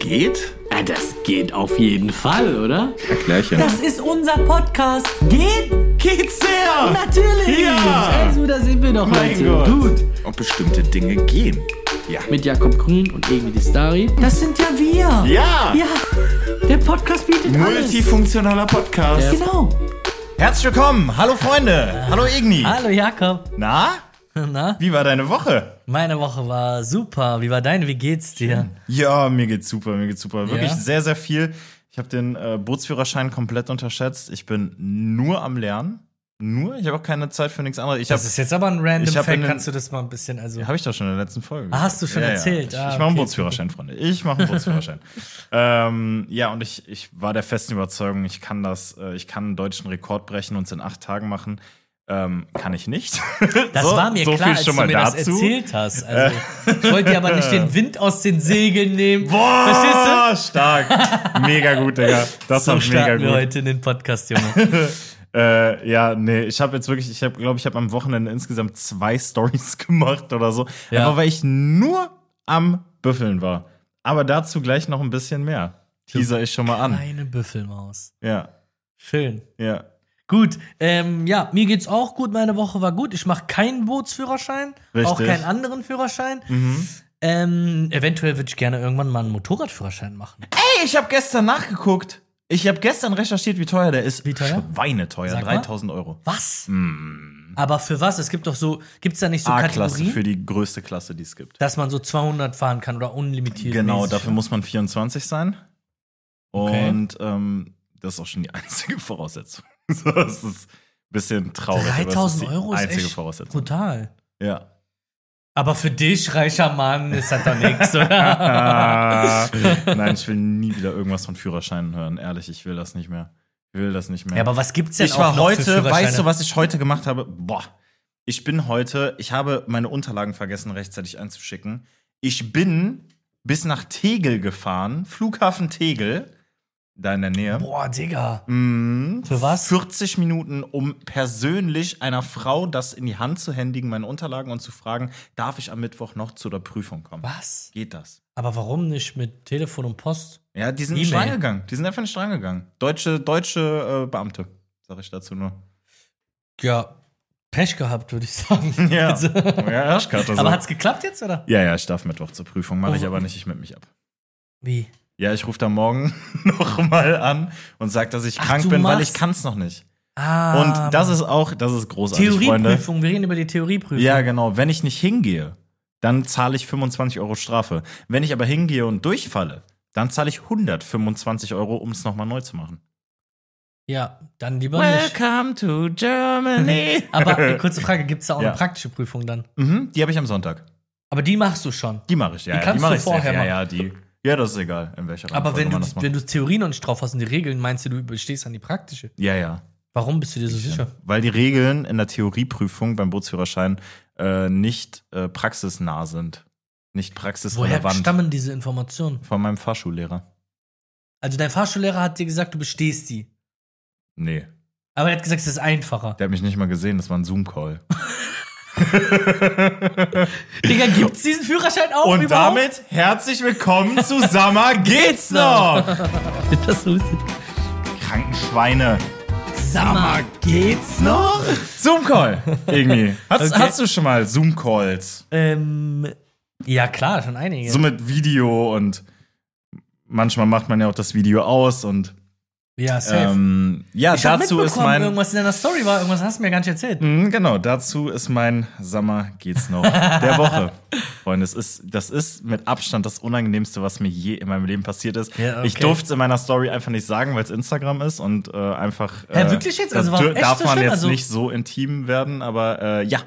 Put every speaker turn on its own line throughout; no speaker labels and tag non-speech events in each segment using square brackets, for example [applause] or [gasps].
geht?
Ja, das geht auf jeden Fall, oder?
Erklärchen.
Das ist unser Podcast. Geht?
Geht's sehr!
Natürlich.
Ja!
Also, da sind wir doch
Mein
heute.
Gott.
Gut.
Ob bestimmte Dinge gehen. Ja.
Mit Jakob Grün und Egli Distari.
Das sind ja wir.
Ja!
Ja,
Der Podcast bietet alles.
Multifunktionaler Podcast.
genau.
Herzlich willkommen! Hallo Freunde! Hallo Igni!
Hallo Jakob. [laughs]
Na?
Na,
Wie war deine Woche?
meine Woche war super. Wie war deine? Wie geht's dir?
Ja, mir geht's super, mir geht's super. Wirklich
Ja?
sehr, sehr viel. Ich habe den äh, Bootsführerschein komplett unterschätzt. Ich bin nur am Lernen. Nur? Ich habe auch keine Zeit für nichts anderes. Ich habe
Das ist jetzt aber ein random
Ich hab
Fact.
einen-
Kannst du das mal ein bisschen, also.
Habe ich doch schon in der letzten Folge.
Ah, hast du schon erzählt.
Ich,
Ah,
ich mache einen
okay.
Bootsführerschein, Freunde. Ich mache einen
[laughs]
Bootsführerschein. ähm, ja, und ich, ich war der festen Überzeugung, ich kann das, äh, ich kann einen deutschen Rekord brechen und es in acht Tagen machen. Ähm, kann ich nicht. [laughs]
Das
So-
war mir
so
klar,
viel
als
schon
du
mal
mir das
dazu.
erzählt
[laughs]
hast. Also, ich wollte dir aber nicht den Wind aus den Segeln nehmen.
Boah,
Verstehst
stark. Mega gut, Digga. Das
du? So
war mega
starten wir
gut.
heute in den Podcast,
[laughs]
Junge.
Äh, ja, nee, ich habe jetzt wirklich, ich habe, glaube ich, habe am Wochenende insgesamt zwei [laughs] Stories gemacht oder so.
Ja.
Einfach weil ich nur am Büffeln war. Aber dazu gleich noch ein bisschen mehr. Teaser ich schon mal an.
Eine Büffelmaus.
Ja,
Schön.
ja.
Gut, ähm, ja, mir geht's auch gut. Meine Woche war gut. Ich mache keinen Bootsführerschein, auch
Richtig.
keinen anderen Führerschein.
Mhm.
Ähm, eventuell würde ich gerne irgendwann mal einen Motorradführerschein machen.
Ey, ich habe gestern nachgeguckt. Ich habe gestern recherchiert, wie teuer der ist.
Wie teuer?
Schweineteuer,
Sag mal.
3000 Euro. Mhm.
Was? Aber für was? Es gibt doch so, gibt's da nicht so
A-Klasse
Kategorien,
für die größte Klasse, die es gibt.
dass man so 200 fahren kann oder unlimitiert?
Genau,
mäßig?
dafür muss man 24 sein.
Okay.
Und ähm, das ist auch schon die [laughs] einzige Voraussetzung. [laughs] So, das ist ein bisschen traurig. aber das
3000
ist die
Euro ist
einzige
echt
Voraussetzung.
brutal. [laughs]
Ja.
Aber für dich, reicher Mann, ist das doch
[laughs]
nichts, oder?
Ah, nein, ich will nie wieder irgendwas von Führerscheinen hören. Ehrlich, ich will das nicht mehr. Ich will das nicht mehr.
Ja, aber was gibt's denn
ich
auch
war
noch für
heute,
Führerscheine?
weißt du, was ich heute gemacht habe? Boah, ich bin heute, ich habe meine Unterlagen vergessen, rechtzeitig einzuschicken. Ich bin bis nach Tegel gefahren, Flughafen Tegel, da in der Nähe.
Boah, Digga.
Mhm.
Für was?
40 Minuten, um persönlich einer Frau das in die Hand zu händigen, meine Unterlagen und zu fragen, darf ich am Mittwoch noch zu der Prüfung kommen?
Was?
Geht das?
Aber warum nicht mit Telefon und Post?
Ja, die sind
E-Mail.
nicht reingegangen. Die sind einfach nicht reingegangen. Deutsche, deutsche äh, Beamte, sage ich dazu
[laughs]
nur.
Ja, Pech gehabt, würde ich
[laughs]
sagen.
Ja. Also-
Also,
Ja, Arschkarte.
aber hat's geklappt jetzt, oder?
Ja, ja, ich darf Mittwoch zur Prüfung, mache ich
Oh.
aber nicht, ich meld mich ab.
Wie?
Ja, ich rufe da morgen [laughs] nochmal an und sag, dass ich
Ach,
krank
du
bin, weil
machst-
ich kann's noch nicht.
Ah.
Und das ist auch, das ist großartig, Freunde.
Theorieprüfung, wir reden über die Theorieprüfung.
Ja, genau. Wenn ich nicht hingehe, dann zahle ich 25 Euro Strafe. Wenn ich aber hingehe und durchfalle, dann zahle ich 125 Euro, um es nochmal neu zu machen.
ja dann lieber nicht.
Welcome to Germany.
[laughs]
[laughs]
Aber äh, kurze Frage, gibt's da auch
Ja.
eine praktische Prüfung dann?
mhm, die habe ich am Sonntag.
Aber die machst du schon.
Die mache ich, ja.
Die
ja,
kannst
die mach
du
ich safe.
vorher
ja, ja, die. Ja, das ist egal, in welcher
Aber
Reihenfolge
wenn du,
man das macht.
wenn du Theorie noch nicht drauf hast und die Regeln, meinst du, du überstehst dann die praktische?
Ja, ja.
Warum bist du dir so sicher?
Weil die Regeln in der Theorieprüfung beim Bootsführerschein äh, nicht äh, praxisnah sind. Nicht
Woher
praxisrelevant.
stammen diese Informationen?
Von meinem Fahrschullehrer.
Also dein Fahrschullehrer hat dir gesagt, du bestehst die.
Nee,
Aber er hat gesagt, es ist einfacher.
der hat mich nicht mal gesehen, das war ein Zoom-Call.
Digga, gibt's diesen Führerschein auch
Und
überhaupt?
damit herzlich willkommen zu
[laughs]
Summer geht's noch!
Das so
Krankenschweine.
Summer geht's noch?
Zoom-Call! Irgendwie. Hast,
Okay.
hast du schon mal Zoom-Calls?
Ähm, ja, klar, schon einige.
So mit Video und manchmal macht man ja auch das Video aus und
ja, safe.
ähm, ja,
ich hab
dazu ist
mitbekommen,
mein.
Irgendwas in deiner Story war, irgendwas hast du mir gar nicht erzählt.
Mhm, Genau, dazu ist mein Sommer geht's noch der
[laughs]
Woche. Freunde, es ist, das ist mit Abstand das Unangenehmste, was mir je in meinem Leben passiert ist.
Ja, okay.
Ich durfte es in meiner Story einfach nicht sagen, weil es Instagram ist und äh, einfach. Äh,
Hä, wirklich jetzt? Also,
Also
warum echt
darf
so
man
schlimm?
jetzt
Also-
nicht so intim werden, aber äh, ja.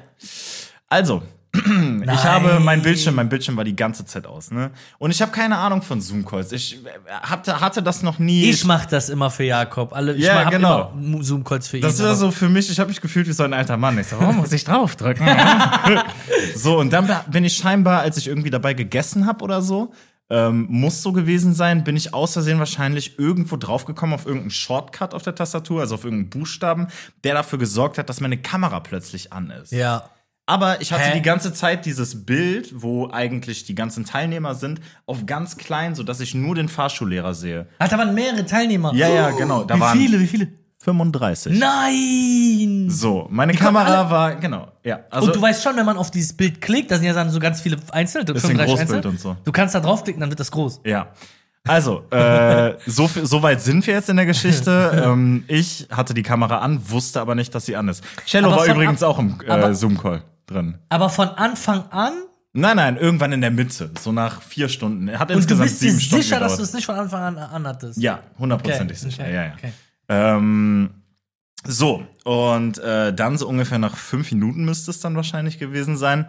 Also, [clears throat]
Nein.
ich habe mein Bildschirm, mein Bildschirm war die ganze Zeit aus, ne? Und ich habe keine Ahnung von Zoom-Calls. Ich äh, hatte, hatte das noch nie.
Ich mach das immer für Jakob. Alle, ich
Ja,
mach, hab
genau.
immer Mu- Zoom-Calls für ihn.
Das war
aber-
so für mich, ich habe mich gefühlt wie so ein alter Mann. Ich so, warum muss ich draufdrücken? [laughs] so, und dann bin ich scheinbar, als ich irgendwie dabei gegessen habe oder so, ähm, muss so gewesen sein, bin ich aus Versehen wahrscheinlich irgendwo draufgekommen auf irgendeinen Shortcut auf der Tastatur, also auf irgendeinen Buchstaben, der dafür gesorgt hat, dass meine Kamera plötzlich an ist.
Ja.
Aber ich hatte
Hä?
die ganze Zeit dieses Bild, wo eigentlich die ganzen Teilnehmer sind, auf ganz klein, sodass ich nur den Fahrschullehrer sehe.
Ach, da waren mehrere Teilnehmer.
Ja, ja, genau. Da
wie
waren
viele, wie viele?
35.
Nein!
So, meine
konnten
Kamera war, genau, ja. Also,
und du weißt schon, wenn man auf dieses Bild klickt, da sind ja dann so ganz viele einzelne,
ist ein
35
Großbild
einzeln.
und so.
Du kannst da draufklicken, dann wird das groß.
Ja. Also, äh, so, viel- so weit sind wir jetzt in der
[laughs]
Geschichte. ähm, ich hatte die Kamera an, wusste aber nicht, dass sie an ist. Cello
Aber
war
von
übrigens
ab-
auch im äh,
aber-
Zoom-Call drin.
Aber von Anfang an,
Nein, nein, irgendwann in der Mitte, so nach vier Stunden. Hat
und du
insgesamt
bist dir
sieben Stunden
sicher, dass
gedauert.
du es nicht von Anfang an, an hattest.
Ja, hundertprozentig
Okay,
sicher.
okay,
Ja, ja.
okay.
Ähm, so, und äh, dann so ungefähr nach fünf Minuten müsste es dann wahrscheinlich gewesen sein.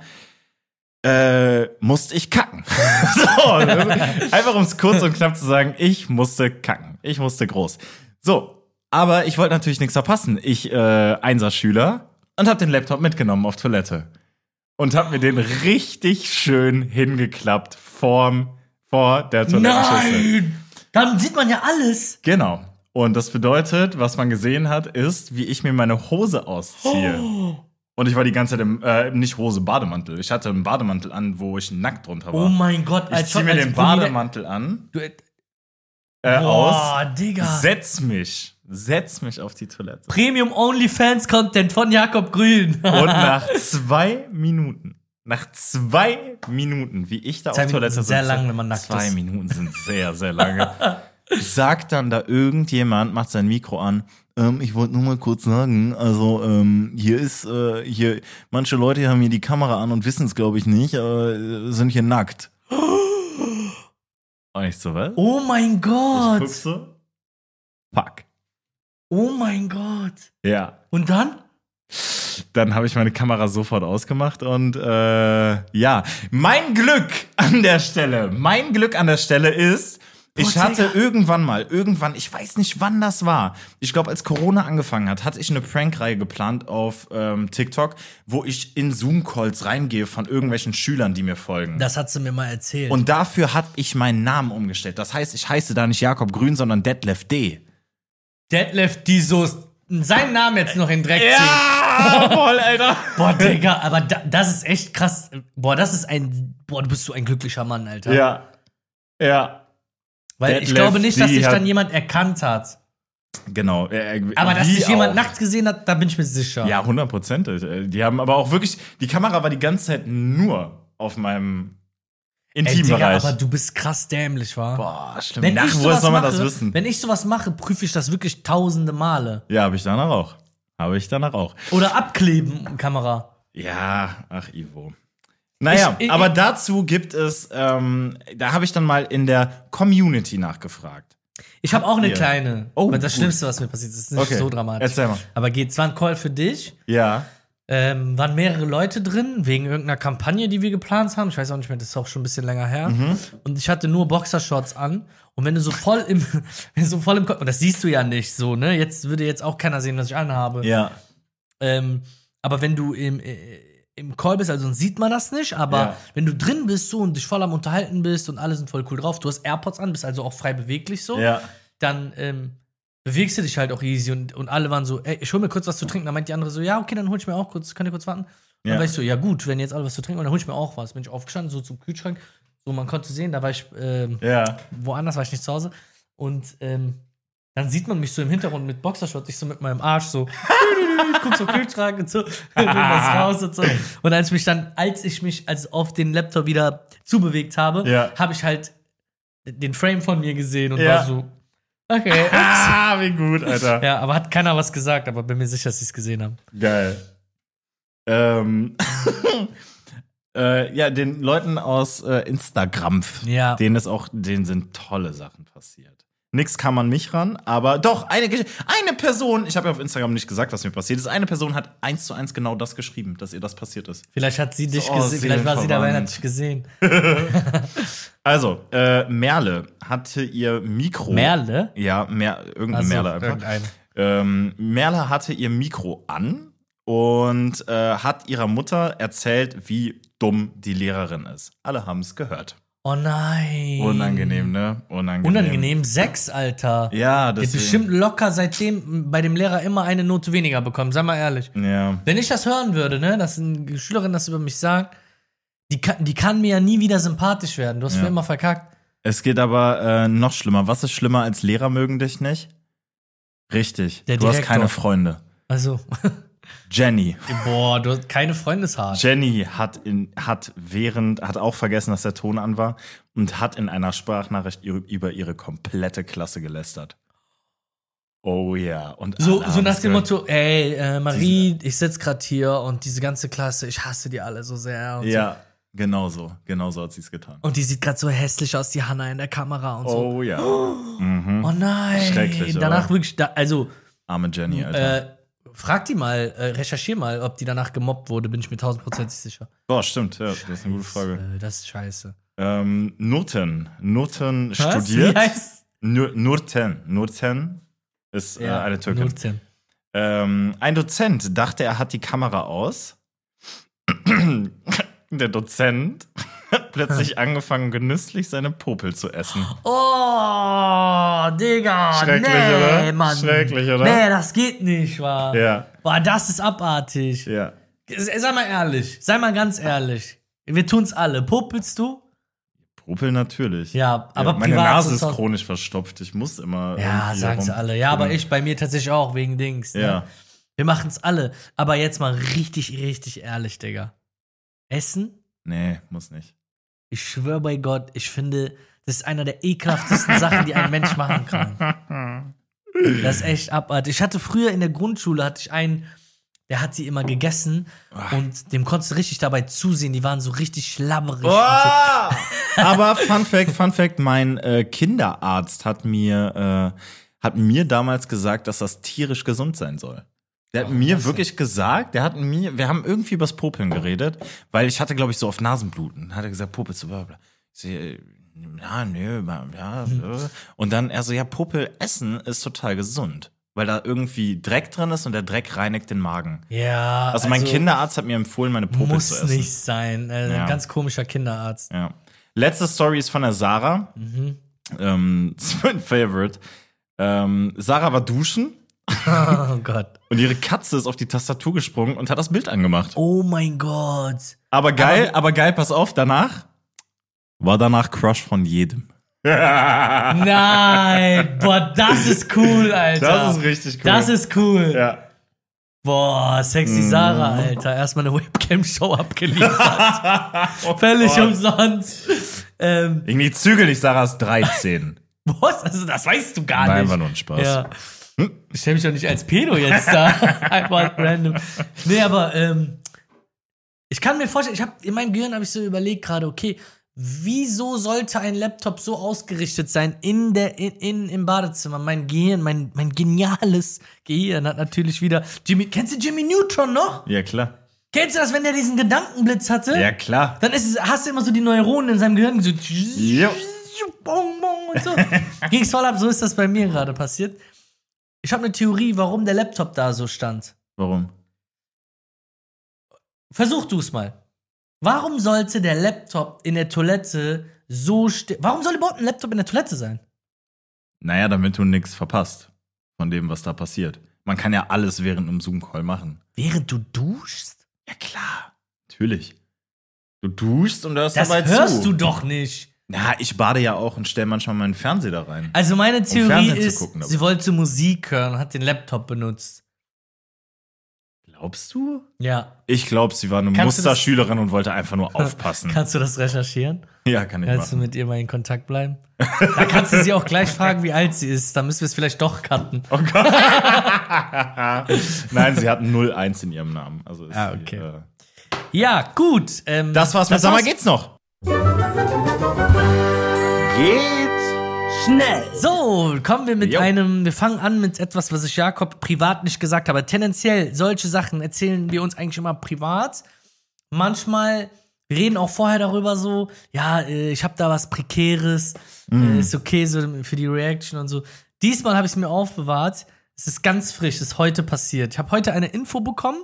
Äh, musste ich kacken. [laughs] so, einfach um es kurz und knapp zu sagen, ich musste kacken. Ich musste groß. So, aber ich wollte natürlich nichts verpassen. Ich, äh, Einser-Schüler, und habe den Laptop mitgenommen auf Toilette. Und habe mir den richtig schön hingeklappt vorm, vor der Toilettenschüssel.
Nein! Dann sieht man ja alles.
Genau. Und das bedeutet, was man gesehen hat, ist, wie ich mir meine Hose ausziehe.
Oh.
Und ich war die ganze Zeit im, äh, nicht Hose, Bademantel. Ich hatte einen Bademantel an, wo ich nackt drunter war.
Oh mein Gott,
ich ziehe mir
als
den
Promi-
Bademantel an,
Du, äh,
äh, aus,
Boah, Digga.
setz mich, setz mich auf die Toilette.
Premium OnlyFans Content von Jakob Grün.
Und nach zwei Minuten, nach zwei Minuten, wie ich da
Zwei
auf
Minuten
Toilette
sind
sitze.
sehr lang, wenn man nackt
Zwei
ist.
Minuten sind sehr, sehr
[laughs]
lange. Sagt dann da irgendjemand, macht sein Mikro an. Ähm, ich wollte nur mal kurz sagen, also ähm, hier ist, äh, hier, manche Leute haben hier die Kamera an und wissen es, glaube ich, nicht, äh, sind hier
[gasps]
nackt. Und ich so, was?
[laughs] Oh mein
Ich
Gott.
guck so. Fuck.
Oh mein Gott.
Ja.
Und dann?
Dann habe ich meine Kamera sofort ausgemacht und äh, ja, mein Glück an der Stelle, mein Glück an der Stelle ist, ich hatte irgendwann mal, irgendwann, ich weiß nicht, wann das war. Ich glaube, als Corona angefangen hat, hatte ich eine Prankreihe geplant auf ähm, TikTok, wo ich in Zoom-Calls reingehe von irgendwelchen Schülern, die mir folgen.
Das hat sie mir mal erzählt.
und dafür hat ich meinen Namen umgestellt. Das heißt, ich heiße da nicht Jakob Grün, sondern Detlef D.
Deadlift Disos. Seinen Namen jetzt noch in den Dreck ziehen.
Ja, [laughs] voll, Alter.
Boah, Digga, aber da, das ist echt krass. Boah, das ist ein. Boah, du bist so ein glücklicher Mann, Alter.
Ja. Ja.
Weil ich
Detlef
glaube nicht, dass
D
dich
hat-
dann jemand erkannt hat.
Genau. äh, äh,
Aber dass
wie
dich jemand
auch.
nachts gesehen hat, da bin ich mir sicher.
Ja, hundertprozentig. Äh, Die haben aber auch wirklich. Die Kamera war die ganze Zeit nur auf meinem
Ey, Digga,
Intimbereich.
aber du bist krass dämlich, wa?
Boah, schlimm.
Wenn
Nach
ich
woher
sowas
soll man
mache,
das wissen?
Wenn ich sowas mache, prüfe ich das wirklich tausende Male.
Ja, habe ich danach auch. Habe ich danach auch.
Oder abkleben, Kamera.
Ja, ach, Ivo. Naja,
Ich- ich-
aber dazu gibt es, ähm, da habe ich dann mal in der Community nachgefragt.
Ich habe auch eine
Ihr.
kleine.
Oh,
aber das
gut.
Schlimmste, was mir passiert ist, ist nicht
Okay,
so dramatisch.
erzähl mal.
Aber geht, es war ein Call für dich.
Ja.
Ähm, waren mehrere Leute drin, wegen irgendeiner Kampagne, die wir geplant haben. Ich weiß auch nicht mehr, das ist auch schon ein bisschen länger her.
Mhm.
Und ich hatte nur Boxershorts an. Und wenn du so voll im, [laughs] wenn du so voll im Kopf, und das siehst du ja nicht so, ne? Jetzt würde jetzt auch keiner sehen, was ich anhabe.
Ja.
Ähm, aber wenn du im, äh, im Call bist, also sonst sieht man das nicht, aber
Ja.
wenn du drin bist so und dich voll am Unterhalten bist und alle sind voll cool drauf, du hast AirPods an, bist also auch frei beweglich so,
Ja.
dann ähm, bewegst du dich halt auch easy und, und alle waren so, ey, ich hol mir kurz was zu trinken. Dann meint die andere so, ja, okay, dann hol ich mir auch kurz, könnt ihr kurz warten? Dann
Ja.
war ich so, ja gut, wenn jetzt alle was zu trinken, wollen, dann hol ich mir auch was. Bin ich aufgestanden, so zum Kühlschrank. So, man konnte sehen, da war ich ähm,
Ja.
woanders, war ich nicht zu Hause. Und ähm, dann sieht man mich so im Hintergrund mit Boxershorts, ich so mit meinem Arsch so, [laughs] guck so Kühlschrank und so, [laughs] bring was raus und so. Und als mich dann, als ich mich also auf den Laptop wieder zubewegt habe,
Ja.
habe ich halt den Frame von mir gesehen und
Ja.
war so, okay.
Ah, wie gut,
[laughs]
Alter.
ja, aber hat keiner was gesagt, aber bin mir sicher, dass sie es gesehen haben.
Geil. Ähm, [laughs] äh, ja, den Leuten aus äh, Instagram,
Ja.
denen ist auch, denen sind tolle Sachen passiert. Nix kam an mich ran, aber doch, eine, Gesch- eine Person, ich habe ja auf Instagram nicht gesagt, was mir passiert ist, eine Person hat eins zu eins genau das geschrieben, dass ihr das passiert ist.
Vielleicht hat sie dich
So
gesehen, vielleicht war sie dabei und hat
seelenverwandt.
dich gesehen.
Also, äh, Merle hatte ihr Mikro.
Merle?
Ja, Mer irgendeine
Also,
Merle einfach.
irgendeine.
Ähm, Merle hatte ihr Mikro an und äh, hat ihrer Mutter erzählt, wie dumm die Lehrerin ist. Alle haben es gehört.
Oh nein.
Unangenehm, ne? Unangenehm.
Unangenehm. Sechs, Alter.
Ja,
Der hat bestimmt
deswegen.
locker seitdem bei dem Lehrer immer eine Note weniger bekommen, sei mal ehrlich.
Ja.
Wenn ich das hören würde, ne, dass eine Schülerin das über mich sagt, die kann, die kann mir ja nie wieder sympathisch werden. Du hast
Ja.
mir immer verkackt.
Es geht aber äh, noch schlimmer. Was ist schlimmer als Lehrer mögen dich nicht? Richtig.
Der
du hast
Direktor.
keine Freunde.
Also, [laughs]
Jenny.
boah, du hast keine Freundeshaar.
Jenny hat in hat während hat auch vergessen, dass der Ton an war und hat in einer Sprachnachricht ihre, über ihre komplette Klasse gelästert. Oh ja. Und
So,
alle
so nach
haben's
dem
gehört.
Motto, ey, äh, Marie, ich sitz grad hier und diese ganze Klasse, ich hasse die alle so sehr. Und,
Ja, genau so. Genau so hat sie es getan.
so. und die sieht grad so hässlich aus, die Hanna in der Kamera und so.
Oh ja. Mhm.
Oh nein.
Schrecklich,
Danach
oder?
wirklich, da, also,
Arme Jenny, Alter.
äh, frag die mal, äh, recherchier mal, ob die danach gemobbt wurde, bin ich mir tausendprozentig sicher.
Boah, stimmt. Ja, das ist eine gute Frage.
Äh, das ist scheiße.
Ähm, Nurten. Nurten
Was?
studiert.
Wie heißt?
Nur, Nurten. Nurten ist äh, eine Türkin.
Nurten.
Ähm, ein Dozent dachte, er hat die Kamera aus. [clears throat] Der Dozent hat
[laughs]
plötzlich angefangen, genüsslich seine Popel zu essen.
Oh, Digga.
Schrecklich,
nee,
oder?
Mann.
Schrecklich, oder?
Nee, das geht nicht, wa?
Ja,
Boah, das ist abartig.
ja.
Sei mal ehrlich. Sei mal ganz ehrlich. Wir tun's alle. Popelst du?
Popel natürlich.
Ja, aber
meine
privat
Nase
und
ist
so-
chronisch verstopft. Ich muss immer.
Ja,
irgendwie
sagen sie
rum-
alle. Ja, aber ich bei mir tatsächlich auch, wegen Dings. Ne?
Ja.
Wir machen's alle. Aber jetzt mal richtig, richtig ehrlich, Digga. Essen?
Nee, muss nicht.
Ich schwöre bei Gott, ich finde, das ist einer
[laughs]
der ekelhaftesten Sachen, die ein Mensch machen kann. Das ist echt abartig. Ich hatte früher in der Grundschule hatte ich einen, der hat sie immer gegessen
Ah.
und dem konntest du richtig dabei zusehen. Die waren so richtig schlabberig. und
Oh!
so.
aber Fun Fact, Fun Fact, mein äh, Kinderarzt hat mir, äh, hat mir damals gesagt, dass das tierisch gesund sein soll. Der hat mir wirklich gesagt, der hat mir, wir haben irgendwie übers Popeln geredet, weil ich hatte, glaube ich, so auf Nasenbluten. Dann hat er gesagt, Popelst du, bla bla. Ich so, äh, ja, nö, ma- ja,
Hm.
so. Und dann er so, ja, Popel essen ist total gesund, weil da irgendwie Dreck drin ist und der Dreck reinigt den Magen.
Ja.
Also, mein Kinderarzt hat mir empfohlen, meine Popel zu
Ah, Muss
essen.
nicht sein. Äh,
Ja.
Ein ganz
[laughs]
komischer Kinderarzt.
Ja. Letzte Story ist von der Sarah. Ähm, [laughs] das ist mein Favorite. Ähm, Sarah war duschen
Oh Gott.
und ihre Katze ist auf die Tastatur gesprungen und hat das Bild angemacht.
Oh mein Gott.
Aber geil, aber, geil, pass auf, danach war danach Crush von jedem.
Nein. Boah, das ist cool, Alter.
richtig
Das ist cool.
ja.
Boah, sexy Sarah, Alter. Erstmal eine Webcam-Show abgeliefert. Völlig umsonst. Ähm,
Irgendwie zügel dich, Sarah ist [laughs] 13.
was? Also, das weißt du gar
Nein,
nicht.
war nur ein Spaß.
Ja. Ich stelle mich doch nicht als Pedo jetzt da. Einfach random. Nee, aber ähm, ich kann mir vorstellen, ich habe in meinem Gehirn habe ich so überlegt gerade, okay, wieso sollte ein Laptop so ausgerichtet sein in der in, in im Badezimmer? Mein Gehirn, mein mein geniales Gehirn hat natürlich wieder Jimmy, kennst du Jimmy Neutron noch?
Ja, klar.
Kennst du das, wenn der diesen Gedankenblitz hatte?
Ja, klar.
Dann ist es, hast du immer so die Neuronen in seinem Gehirn die so
Jo.
bong, bong und so.
[laughs]
Ging's voll ab, so ist das bei mir gerade passiert. Ich habe eine Theorie, warum der Laptop da so stand.
Warum?
Versuch du es mal. Warum sollte der Laptop in der Toilette so stehen? Warum soll überhaupt ein Laptop in der Toilette sein?
Naja, damit du nichts verpasst von dem, was da passiert. Man kann ja alles während einem Zoom-Call machen.
Während du duschst?
Ja, klar. Natürlich. Du duschst und hörst
Das
dabei
hörst
zu.
du doch nicht.
Na, ich bade ja auch und stelle manchmal meinen Fernseher da rein.
Also meine Theorie
Um Fernsehen zu
ist,
gucken, aber-
sie wollte Musik hören und hat den Laptop benutzt.
Glaubst du?
Ja.
Ich glaube, sie war eine
Kannst du das-
Musterschülerin und wollte einfach nur aufpassen.
Kannst du das recherchieren?
ja, kann ich
Kannst du
machen.
mit ihr mal in Kontakt bleiben? Da kannst du sie auch gleich fragen, wie alt sie ist. Da müssen wir es vielleicht doch cutten.
Nein, sie hat 01 in ihrem Namen. Also ist
Ah,
sie,
okay.
äh,
Ja, gut. Ähm,
das war's mit Sag mal, geht's noch?
Geht.
Schnell.
So, kommen wir mit
Jo.
einem, wir fangen an mit etwas, was ich Jakob privat nicht gesagt habe. Tendenziell, solche Sachen erzählen wir uns eigentlich immer privat. Manchmal, wir reden auch vorher darüber so, ja, äh, ich habe da was Prekäres,
Mhm.
äh, ist okay so für die Reaction und so. Diesmal habe ich es mir aufbewahrt. Es ist ganz frisch, ist heute passiert. Ich habe heute eine Info bekommen.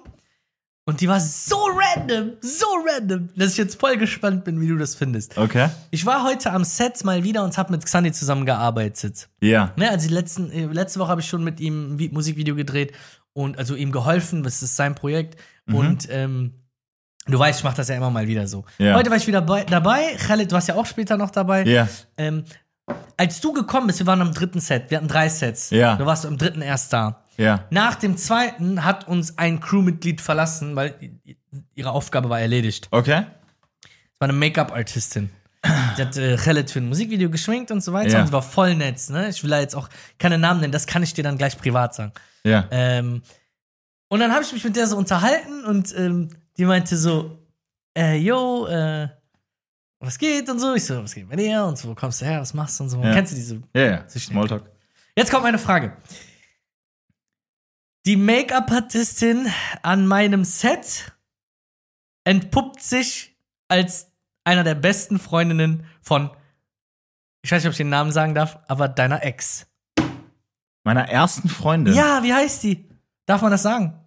Und die war so random, so random, dass ich jetzt voll gespannt bin, wie du das findest.
Okay.
Ich war heute am Set mal wieder und habe mit Xandi zusammengearbeitet.
Ja.
Ne, also die letzten, äh, letzte Woche habe ich schon mit ihm ein Vi- Musikvideo gedreht und also ihm geholfen, das ist sein Projekt.
Mhm.
Und ähm, du weißt, ich mache das ja immer mal wieder so.
Ja.
Heute war ich wieder bei, dabei. Khaled, du warst ja auch später noch dabei.
Ja.
Ähm, als du gekommen bist, wir waren am dritten Set, wir hatten drei Sets.
Ja.
Du warst im dritten erst da.
Ja.
Nach dem zweiten hat uns ein Crewmitglied verlassen, weil i- ihre Aufgabe war erledigt.
Okay.
Es war eine Make-up-Artistin. Die hat äh, Khaled für ein Musikvideo geschminkt und so weiter.
Ja.
Und sie war voll nett. Ne? Ich will da jetzt auch keine Namen nennen, das kann ich dir dann gleich privat sagen.
Ja.
Ähm, und dann habe ich mich mit der so unterhalten und ähm, die meinte so, äh, yo, äh, was geht und so. Ich so, was geht bei dir und so, wo kommst du her, was machst du und so.
Ja.
Kennst du diese?
Ja, ja.
Sich
Smalltalk.
Jetzt kommt meine Frage. Die Make-up-Artistin an meinem Set entpuppt sich als einer der besten Freundinnen von, ich weiß nicht, ob ich den Namen sagen darf, aber deiner Ex.
Meiner ersten Freundin.
Ja, wie heißt die? Darf man das sagen?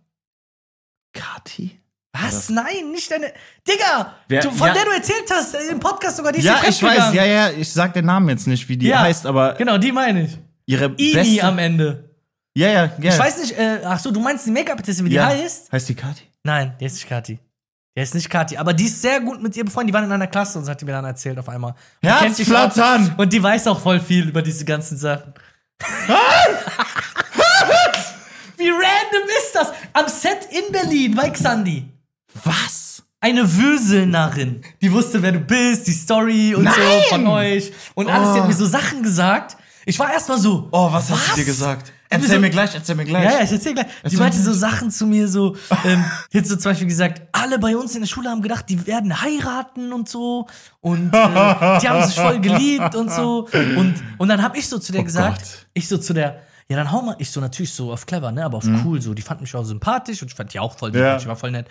Kati?
Was? Nein, nicht deine. Digga!
Wer-
du, von
ja.
der du erzählt hast, äh, im Podcast sogar, die ist
Ja,
hier
ich weiß.
fremdgegangen.
Ja, ja. Ich sag den Namen jetzt nicht, wie die
Ja.
heißt, aber
Genau, die meine ich.
ihre
Ini
beste.
am Ende.
ja, ja, ja.
Ich weiß nicht, äh, ach so, du meinst die Make-up-Artistin, wie
ja.
die heißt?
Heißt die Kati?
Nein, die ist nicht Kati. Die ist nicht Kati, aber die ist sehr gut mit ihr befreundet. Die waren in einer Klasse und das hat die mir dann erzählt auf einmal. Und die
Herz
kennt sich
flattern!
auch- Und die weiß auch voll viel über diese
[laughs]
ganzen Sachen. Wie random ist das? Am Set in Berlin bei Xandi.
Was?
eine Würselnerin. Die wusste, wer du bist, die Story und
Nein!
so von euch. Und alles, die hat mir so Sachen gesagt. Ich war erstmal so.
Oh, was, hast du dir gesagt? Erzähl
so-
mir gleich, erzähl mir gleich.
Ja, ja, ich erzähl gleich. Die meinte so Sachen zu mir, so,
[laughs]
ähm, die hat so zum Beispiel gesagt, alle bei uns in der Schule haben gedacht, die werden heiraten und so. Und äh, die haben sich voll geliebt
[laughs]
und so. Und, und dann hab ich so zu der gesagt,
Oh Gott.
ich so zu der, ja, dann hau mal, ich so natürlich so auf clever, ne, aber auf cool so. Die fand mich auch sympathisch und ich fand die auch voll sympathisch, die war voll nett.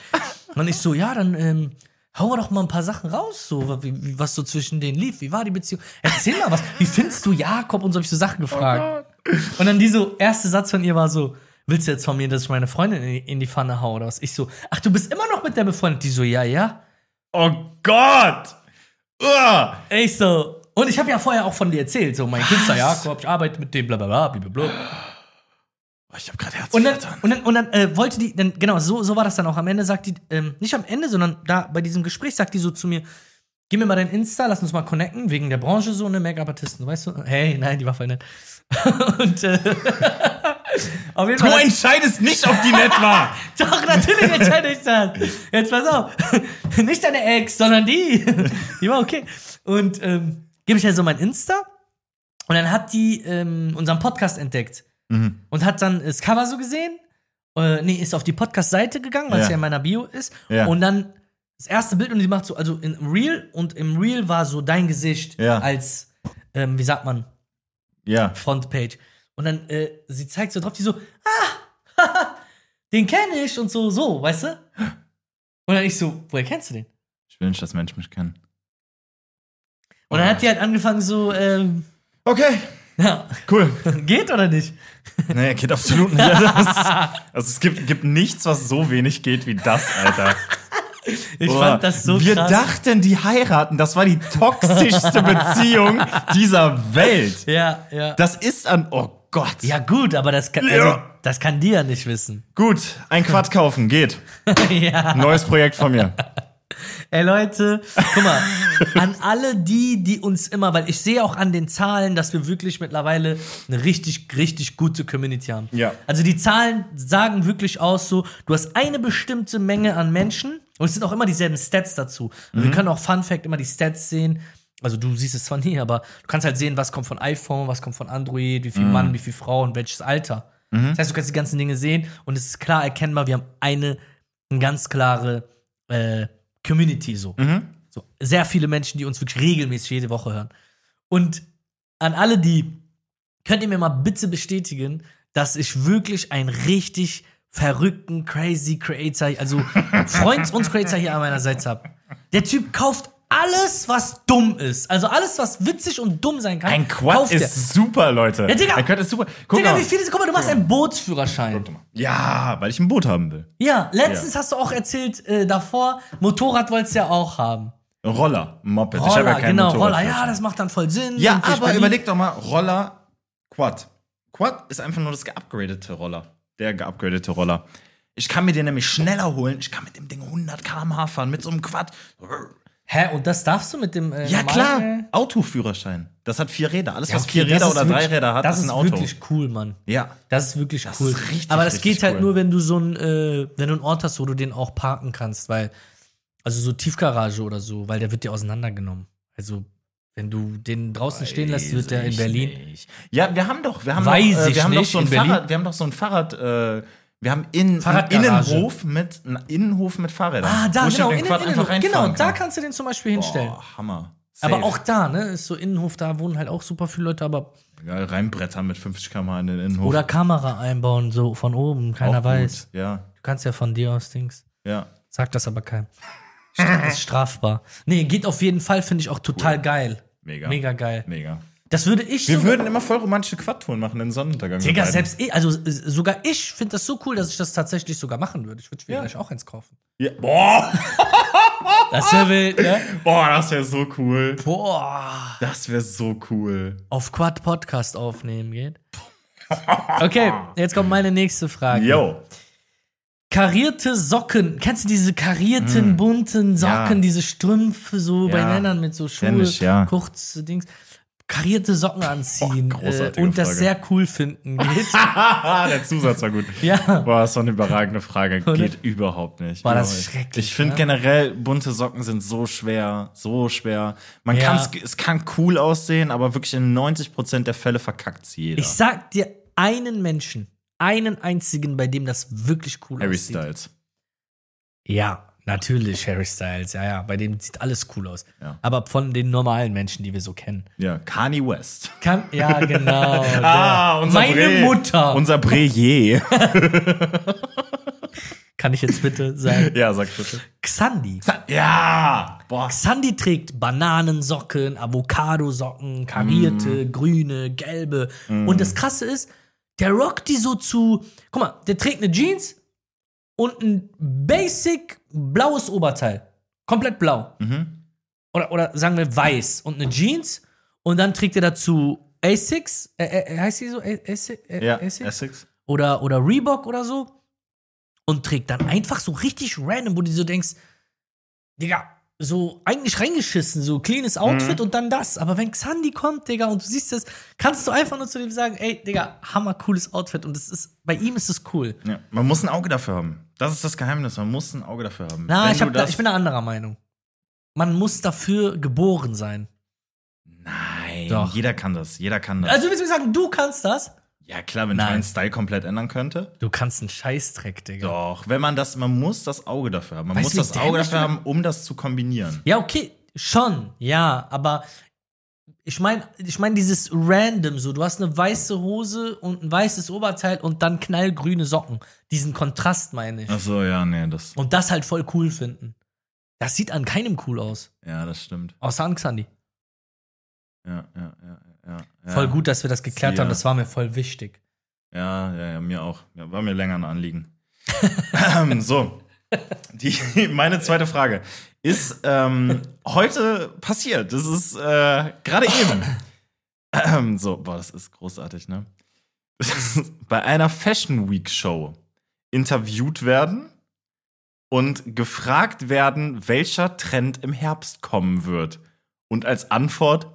Und dann ich so, ja, dann, ähm, Hau mal doch mal ein paar Sachen raus, so, wa- wie, wie, was so zwischen denen lief. Wie war die Beziehung? Erzähl mal was. Wie findest du Jakob? Und so hab ich so Sachen gefragt. Und dann dieser erste Satz von ihr war so, willst du jetzt von mir, dass ich meine Freundin in die, in die Pfanne hau oder was? Ich so, ach, du bist immer noch mit der befreundet? Die so, ja, ja.
Oh Gott! Uah.
Ich so, und ich habe ja vorher auch von dir erzählt, so, mein Künstler Jakob, ich arbeite mit dem, bla, bla, bla, blablabla.
Oh, ich hab grad
Und dann,
Herzflattern.
und dann, und dann äh, wollte die, dann, genau, so, so war das dann auch am Ende, sagt die, ähm, nicht am Ende, sondern da bei diesem Gespräch sagt die so zu mir, gib mir mal dein Insta, lass uns mal connecten, wegen der Branche so, ne, Make-up-Artisten, weißt du? Hey, nein, die war voll nett. [laughs] und, äh, [laughs] auf jeden
Du
Fall.
entscheidest nicht, ob die nett war.
[laughs] Doch, natürlich entscheide ich das. Jetzt pass auf. [laughs] Nicht deine Ex, sondern die. [laughs] Die war okay. Und ähm, gebe ich ja so mein Insta. Und dann hat die ähm, unseren Podcast entdeckt.
Mhm.
Und hat dann das Cover so gesehen. Äh, nee, ist auf die Podcast-Seite gegangen, weil es
Ja.
ja. in meiner Bio ist.
Ja.
Und dann das erste Bild und die macht so, also in- im Real. Und im Real war so dein Gesicht
Ja.
als, ähm, wie sagt man,
[laughs] Ja.
Frontpage. Und dann, äh, sie zeigt so drauf, die so, ah, [laughs] den kenne ich und so, so, weißt du? Und dann ich so, woher kennst du den?
Ich will nicht, dass Menschen mich kennen.
Und
Ah.
dann hat die halt angefangen so, ähm, [laughs]
Okay,
ja,
cool.
[laughs] geht oder nicht?
Nee, geht absolut
[laughs]
nicht. Also, es- also es gibt, gibt nichts, was so wenig geht wie das, Alter.
[laughs] Ich
Boah.
fand das so
Wir
krass.
dachten, die heiraten. Das war die toxischste
[laughs]
Beziehung dieser Welt.
ja, ja.
Das ist an. Oh Gott.
ja, gut, aber das kann, also,
Ja.
das kann die ja nicht wissen.
Gut, ein Quad kaufen, [laughs] geht.
ja.
Neues Projekt von mir.
Ey Leute,
[laughs]
guck mal, an alle die, die uns immer, weil ich sehe auch an den Zahlen, dass wir wirklich mittlerweile eine richtig, richtig gute Community haben.
Ja.
Also die Zahlen sagen wirklich aus so, du hast eine bestimmte Menge an Menschen und es sind auch immer dieselben Stats dazu. Also Wir können auch Fun Fact immer die Stats sehen. Also du siehst es zwar nie, aber du kannst halt sehen, was kommt von iPhone, was kommt von Android, wie viel Mann, wie viel Frau und welches Alter. Das heißt, du kannst die ganzen Dinge sehen und es ist klar erkennbar, wir haben eine, eine ganz klare äh, Community so. so. Sehr viele Menschen, die uns wirklich regelmäßig jede Woche hören. Und an alle, die könnt ihr mir mal bitte bestätigen, dass ich wirklich einen richtig
[laughs]
verrückten, crazy Creator, also Freund und Creator hier an meiner Seite habe. Der Typ kauft alles, was dumm ist. Also alles, was witzig und dumm sein kann.
Ein Quad
kauft er.
ist super, Leute.
Ja, Digga.
Ein Quad ist super. Guck
Digga,
mal.
wie viele? Guck mal, du machst einen Bootsführerschein.
Ja, weil ich ein Boot haben will.
Ja, letztens hast du auch erzählt, äh, davor, Motorrad wolltest du ja auch haben.
Ein Roller, ein Moped. ich habe
Roller,
ja keinen
genau,
Motorrad.
Roller. Ja, das macht dann voll Sinn.
Ja,
Und ich
aber
bin-
überleg doch mal, Roller, Quad. Quad ist einfach nur das geupgradete Roller. Der geupgradete Roller. Ich kann mir den nämlich schneller holen. Ich kann mit dem Ding 100 km/h fahren, mit so einem Quad.
Hä, und das darfst du mit dem. Äh,
Ja,
normalen,
klar.
äh,
Autoführerschein. Das hat vier Räder. Alles,
ja,
was
okay,
vier
das
Räder
ist
oder drei
wirklich-
Räder hat,
das
ist ein
Das
Auto.
ist wirklich cool, Mann.
Ja.
Das ist wirklich cool.
ist richtig,
Aber das
richtig
geht halt
cool.
nur, wenn du so ein, äh, wenn du einen Ort hast, wo du den auch parken kannst, weil, also so Tiefgarage oder so, weil der wird dir auseinandergenommen. Also, wenn du den draußen stehen lässt, wird der in
ich
Berlin.
nicht. Ja, wir haben doch, wir haben
Weiß
doch, äh, wir
ich
haben
nicht,
doch so ein
in Berlin.
Fahrrad, wir haben doch so ein Fahrrad, äh, wir haben in, einen
Fahrradgarage.
Innenhof mit, einen Innenhof mit Fahrrädern.
Ah, da,
wo ich
genau,
den
innen-
Quad
innen-
einfach
genau,
reinfahren
da
kann.
kannst du den zum Beispiel hinstellen.
Boah, Hammer. Safe.
Aber auch da, ne, ist so Innenhof, da wohnen halt auch super viele Leute, aber.
Ja, reinbrettern mit 50 km in den Innenhof.
Oder Kamera einbauen, so von oben,
Auch
keiner
gut.
weiß.
Ja,
Du kannst ja von dir aus Dings.
ja.
Sag das aber keinem. Stra- ist strafbar. Nee, geht auf jeden Fall, finde ich auch total geil.
Mega.
Mega geil.
Mega.
Das würde ich
Wir
sogar-
würden immer voll romantische Quadtouren machen in Sonnenuntergang. wir
Digga,
beiden.
selbst ich, also äh, sogar ich finde das so cool, dass ich das tatsächlich sogar machen würde. Ich würde
Ja.
vielleicht auch eins kaufen.
Ja. Boah, [laughs]
Das wäre wild, ne?
boah, das wäre so cool.
[laughs] Boah.
Das wäre so cool.
Auf Quad Podcast
[laughs]
aufnehmen geht. Okay, jetzt kommt meine nächste Frage.
Yo.
Karierte Socken. Kennst du diese karierten, bunten Socken,
Hm. Ja.
diese Strümpfe so bei
Ja.
Männern mit so
Kenn
Schuhe,
ich, ja.
kurze Dings? Karierte Socken anziehen
großartige
äh, und das
Frage.
sehr cool finden
[laughs]
geht.
Haha, Ah, der Zusatz war gut.
[laughs] Ja.
Boah, das war eine überragende Frage. Geht überhaupt nicht.
War das
Überhaupt nicht.
schrecklich,
Ich finde
ne?
generell, bunte Socken sind so schwer, so schwer. Man
Ja.
kann's, es kann cool aussehen, aber wirklich in 90% der Fälle verkackt jeder.
Ich sag dir einen Menschen, einen einzigen, bei dem das wirklich cool
Harry
aussieht.
Styles.
Ja, natürlich Harry Styles, ja, ja. Bei dem sieht alles cool aus.
Ja.
Aber von den normalen Menschen, die wir so kennen.
Ja, Kanye West.
Kann, ja, genau.
[laughs]
der. Meine
Bre.
Mutter.
Ah, Unser Breje.
[laughs] kann ich jetzt bitte sagen.
ja, sag bitte.
Xandi.
Ja! Boah.
Ah, Sandy trägt Bananensocken, Avocadosocken, karierte, grüne, gelbe. Und das Krasse ist, der rockt die so zu. Guck mal, der trägt eine Jeans und ein basic blaues Oberteil. Komplett blau.
Mhm.
Oder, oder sagen wir weiß und eine Jeans. Und dann trägt er dazu Asics. Äh, äh, heißt die so? A- Asi- äh,
Ja,
Asics?
Essex.
oder, oder Reebok oder so und trägt dann einfach so richtig random, wo du so denkst, Digga, so eigentlich reingeschissen, so cleanes Outfit und dann das. Aber wenn Xandi kommt, Digga, und du siehst das, kannst du einfach nur zu dem sagen, ey, Digga, hammer cooles Outfit und das ist, bei ihm ist es cool.
Ja, man muss ein Auge dafür haben. Das ist das Geheimnis. Man muss ein Auge dafür haben.
Na,
Wenn
ich,
du
hab da,
das-
ich bin da anderer Meinung. Man muss dafür geboren sein.
Nein,
Doch.
jeder kann das. Jeder kann das.
Also willst du mir sagen, du kannst das?
Ja, klar, wenn ich
Nein.
meinen Style komplett ändern könnte.
Du kannst einen Scheißdreck, Digga.
Doch, wenn man das, man muss das Auge dafür haben. Man
Weißt
muss
du, wie
das Auge
dämlich
dafür
du-
haben, um das zu
[laughs]
kombinieren.
Ja, okay, schon, ja, aber ich meine, ich meine dieses random so, du hast eine weiße Hose und ein weißes Oberteil und dann knallgrüne Socken. Diesen Kontrast meine ich.
Ach so, ja, nee, das,
Und das halt voll cool finden. Das sieht an keinem cool aus,
ja, das stimmt.
außer an Xandi.
Ja, ja, ja, ja. ja.
Voll gut, dass wir das geklärt
Sie,
haben,
ja.
das war mir voll wichtig.
Ja, ja, ja, mir auch. Ja, war mir länger ein Anliegen. Ähm, so, die, meine zweite Frage ist ähm, heute passiert. Das ist äh, gerade eben. Ähm, so, boah, das ist großartig, ne? [laughs] Bei einer Fashion Week Show interviewt werden und gefragt werden, welcher Trend im Herbst kommen wird. Und als Antwort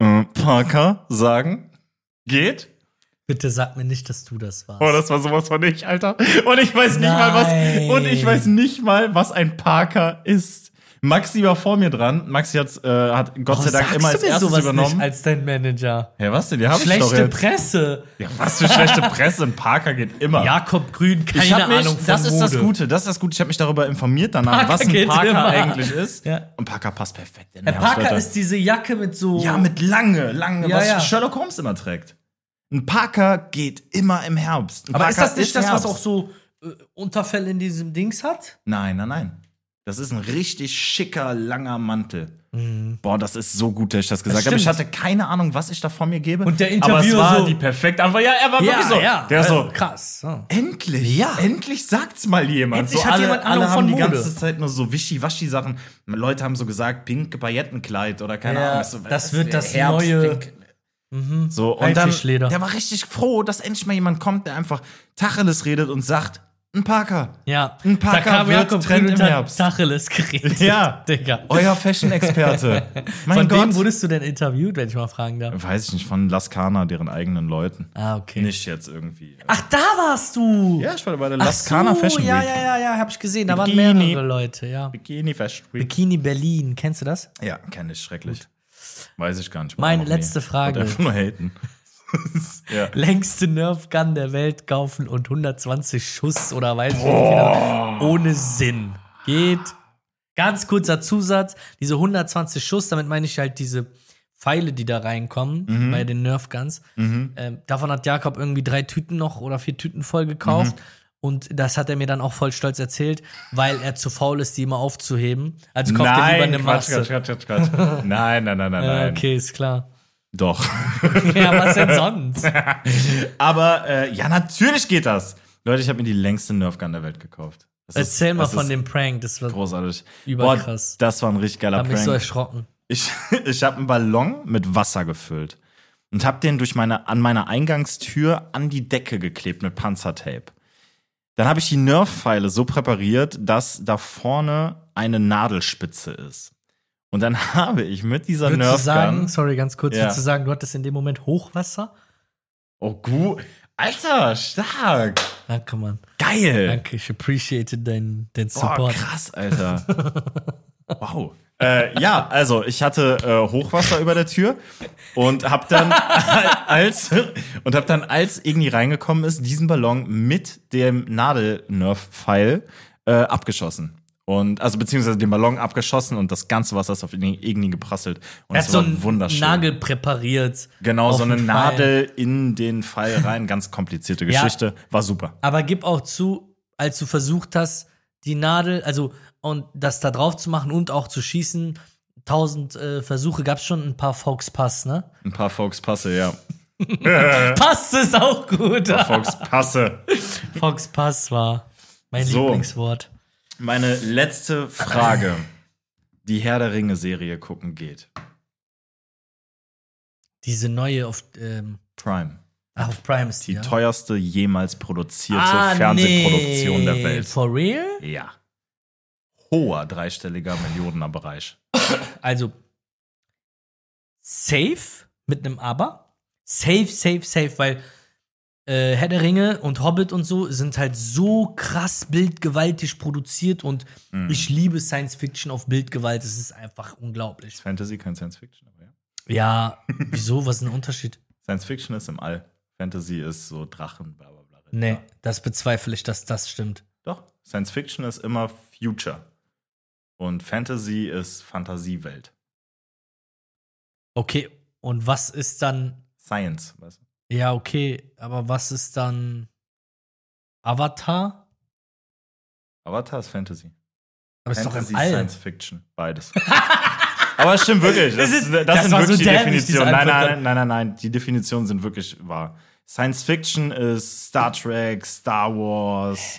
äh, Parker sagen geht.
Bitte sag mir nicht, dass du das warst.
Oh, das war sowas von ich, Alter. Und ich weiß nicht mal
Nein.
was. Und ich weiß nicht mal, was ein Parker ist. Maxi war vor mir dran. Maxi hat, äh, hat Gott sei Dank
Oh, sagst
immer
du
als
mir
erstes
sowas
übernommen.
nicht als dein Manager?
ja, was denn? Die hab ich doch
Schlechte
jetzt.
Presse.
Ja, was für schlechte Presse. Ein Parker geht immer.
Jakob Grün, keine
ich hab mich,
Ahnung von
das ist das
Mode.
Gute, das ist das Gute. Ich habe mich darüber informiert danach,
Parker
was ein
geht
Parker
immer.
eigentlich ist.
Ja.
Und Parker passt perfekt. in
Herr
den
Parker
Herbstwetter.
ist diese Jacke mit so
ja mit lange, lange,
Ja,
was
ja.
Sherlock Holmes immer trägt. Ein Parker geht immer im Herbst. Ein
Aber
Parker
ist das nicht das, was
Herbst.
auch so äh, Unterfell in diesem Dings hat?
Nein, nein, nein. Das ist ein richtig schicker, langer Mantel. Boah, das ist so gut, dass ich das gesagt habe. Ich
Mhm. stimmt.
hatte keine Ahnung, was ich da von mir gebe.
Und der
aber es
Interviewer
war
so-
die perfekte Antwort. Ja, er war wirklich so. Der
äh,
so,
Krass. So.
Endlich, ja. Endlich sagt's mal jemand.
Endlich
so
hat
alle,
jemand Ahnung
alle haben
von
die
Mode.
ganze Zeit nur so Wischi-Waschi-Sachen. Leute haben so gesagt, pinke Paillettenkleid oder keine
Ja, Also,
Ahnung. was so-
das wird das
Herbst,
neue-
pink. So, und dann,
Haifischleder.
der war richtig froh, dass endlich mal jemand kommt, der einfach Tacheles redet und sagt, ein Parker.
Ja.
Ein Parker wird Trend im Herbst.
Tacheles [laughs] geredet.
Ja.
Digga.
Euer [laughs] Fashion-Experte. mein
Von
Gott.
wem wurdest du denn interviewt, wenn ich mal fragen darf?
Weiß ich nicht, von Laskana, deren eigenen Leuten.
Ah, okay.
Nicht jetzt irgendwie.
Ach, da warst du!
Ja, ich war bei der
Ach
Laskana
so,
Fashion Week.
Ja, ja, ja, ja, hab ich gesehen. Da waren
Bikini.
mehrere Leute, ja.
Bikini Fashion Week.
Bikini Berlin, kennst du das?
Ja, kenne ich, schrecklich. Weiß ich gar nicht.
Meine
Noch nie.
letzte Frage.
Wollte Einfach nur haten. [laughs] ja.
Längste Nerf Gun der Welt kaufen und 120 Schuss oder weiß ich nicht. wieder. Ohne Sinn. Geht. Ganz kurzer Zusatz: Diese 120 Schuss, damit meine ich halt diese Pfeile, die da reinkommen
Mhm.
bei den Nerf Guns. Ähm, davon hat Jakob irgendwie drei Tüten noch oder vier Tüten voll gekauft.
Mhm.
Und das hat er mir dann auch voll stolz erzählt, weil er zu faul ist, die immer aufzuheben. Also kauft er lieber eine
Quatsch,
Masse.
Quatsch, Quatsch, Quatsch, Quatsch.
[laughs]
Nein, nein, nein, nein,
Ja,
nein.
okay, ist klar.
Doch.
Ja, was
[laughs]
denn sonst?
Aber äh, ja, natürlich geht das. Leute, ich habe mir die längste Nerf Gun der Welt gekauft. Das ist-
Erzähl mal
das
von
ist
dem Prank. Das war
Großartig.
Überkrass.
Boah, das war ein richtig geiler
Hab mich
Prank.
so erschrocken.
Ich, [laughs] ich habe einen Ballon mit Wasser gefüllt und habe den durch meine, an meiner Eingangstür an die Decke geklebt mit Panzertape. Dann habe ich die Nerf-Pfeile so präpariert, dass da vorne eine Nadelspitze ist. Und dann [laughs] habe ich mit dieser
Würdest du sagen,
Nerf-Gun.
sorry, ganz kurz,
Ja.
würdest du sagen, du hattest in dem Moment Hochwasser?
Oh, gut. Alter, stark.
Danke, Mann.
Geil.
Ah, Danke, ich appreciate deinen dein
Boah,
Support.
Oh, krass, Alter.
[laughs]
wow. Äh, ja, also ich hatte äh, Hochwasser über der Tür und hab dann [laughs] als und hab dann als irgendwie reingekommen ist diesen Ballon mit dem Nadelnerv-Pfeil äh, abgeschossen und also beziehungsweise den Ballon abgeschossen und das ganze Wasser ist auf Igni Igni geprasselt und
er hat
es
so
war
einen
wunderschön.
Nagel präpariert.
genau
auf
so eine
den Pfeil.
Nadel in den Pfeil rein, ganz komplizierte
Ja.
Geschichte, war super.
Aber gib auch zu, als du versucht hast, die Nadel, also und das da drauf zu machen und auch zu schießen, tausend äh, Versuche gab es schon ein paar Fox Pass, ne?
Ein paar Folks passe, ja.
Pass ist auch gut.
Folks passe.
Fox Pass war mein
So.
Lieblingswort.
Meine letzte Frage. Die Herr der Ringe-Serie gucken geht.
Diese neue auf, ähm,
Prime.
ach, auf Prime ist die.
Die
ja?
teuerste jemals produzierte
Ah,
Fernsehproduktion
nee.
der Welt.
For real?
Ja. Hoher dreistelliger Millionener Bereich.
Also safe mit einem Aber. Safe, safe, safe, weil äh, Herr der Ringe und Hobbit und so sind halt so krass bildgewaltig produziert und
Hm.
ich liebe Science Fiction auf Bildgewalt. Es ist einfach unglaublich.
Fantasy, kein Science Fiction, aber ja.
Ja, [laughs] wieso? Was ist ein Unterschied?
Science Fiction ist im All. Fantasy ist so Drachen, bla bla bla.
Nee, das bezweifle ich, dass das stimmt.
Doch. Science Fiction ist immer Future. Und Fantasy ist Fantasiewelt.
Okay, und was ist dann
Science, weißt du?
Ja, okay, aber was ist dann Avatar?
Avatar ist Fantasy.
Aber ist doch
Fantasy,
im All.
Science Fiction, beides. [laughs] Aber es stimmt wirklich. Das,
Das
das,
ist-
sind
das war
wirklich
so
die
dämlich, diese
Definitionen. Nein,
Antwort.
nein, nein, nein, nein. Die Definitionen sind wirklich wahr. Science Fiction ist Star Trek, Star Wars,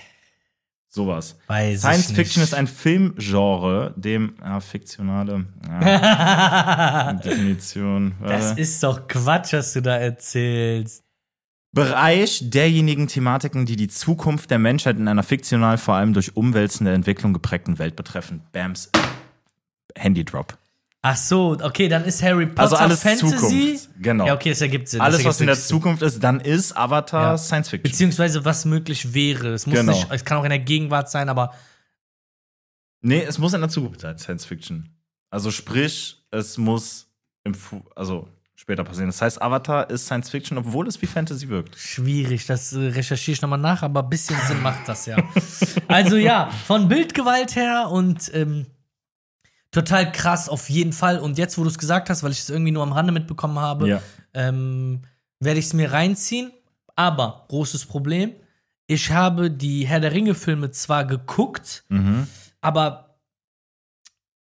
sowas.
Weiß ich
Science Fiction
nicht.
ist ein Filmgenre, dem ah, fiktionale
[laughs]
ja, Definition. äh,
das
warte.
ist doch Quatsch, was du da erzählst.
Bereich derjenigen Thematiken, die die Zukunft der Menschheit in einer fiktional vor allem durch umwälzende Entwicklung geprägten Welt betreffen. Bams. Handydrop.
Ach so, okay, dann ist Harry Potter
Also alles
Fantasy.
Zukunft, genau.
Ja, okay, das ergibt Sinn.
Alles,
das
was in
ergibt
der
wirklich
Zukunft ist, dann ist Avatar
Ja.
Science Fiction.
Sinn. Beziehungsweise was möglich wäre. Es muss
Genau.
nicht, es kann auch in der Gegenwart sein, aber
nee, es muss in der Zukunft sein, Science Fiction. Also sprich, es muss im Fu also später passieren. Das heißt, Avatar ist Science Fiction, obwohl es wie Fantasy wirkt.
schwierig. Das äh, recherchiere ich nochmal nach, aber ein bisschen Sinn macht das ja. Also ja, von Bildgewalt her und ähm, total krass auf jeden Fall. Und jetzt, wo du es gesagt hast, weil ich es irgendwie nur am Rande mitbekommen habe,
Ja.
ähm, werde ich es mir reinziehen. Aber, großes Problem, Mhm. ich habe die Herr der Ringe-Filme zwar geguckt, aber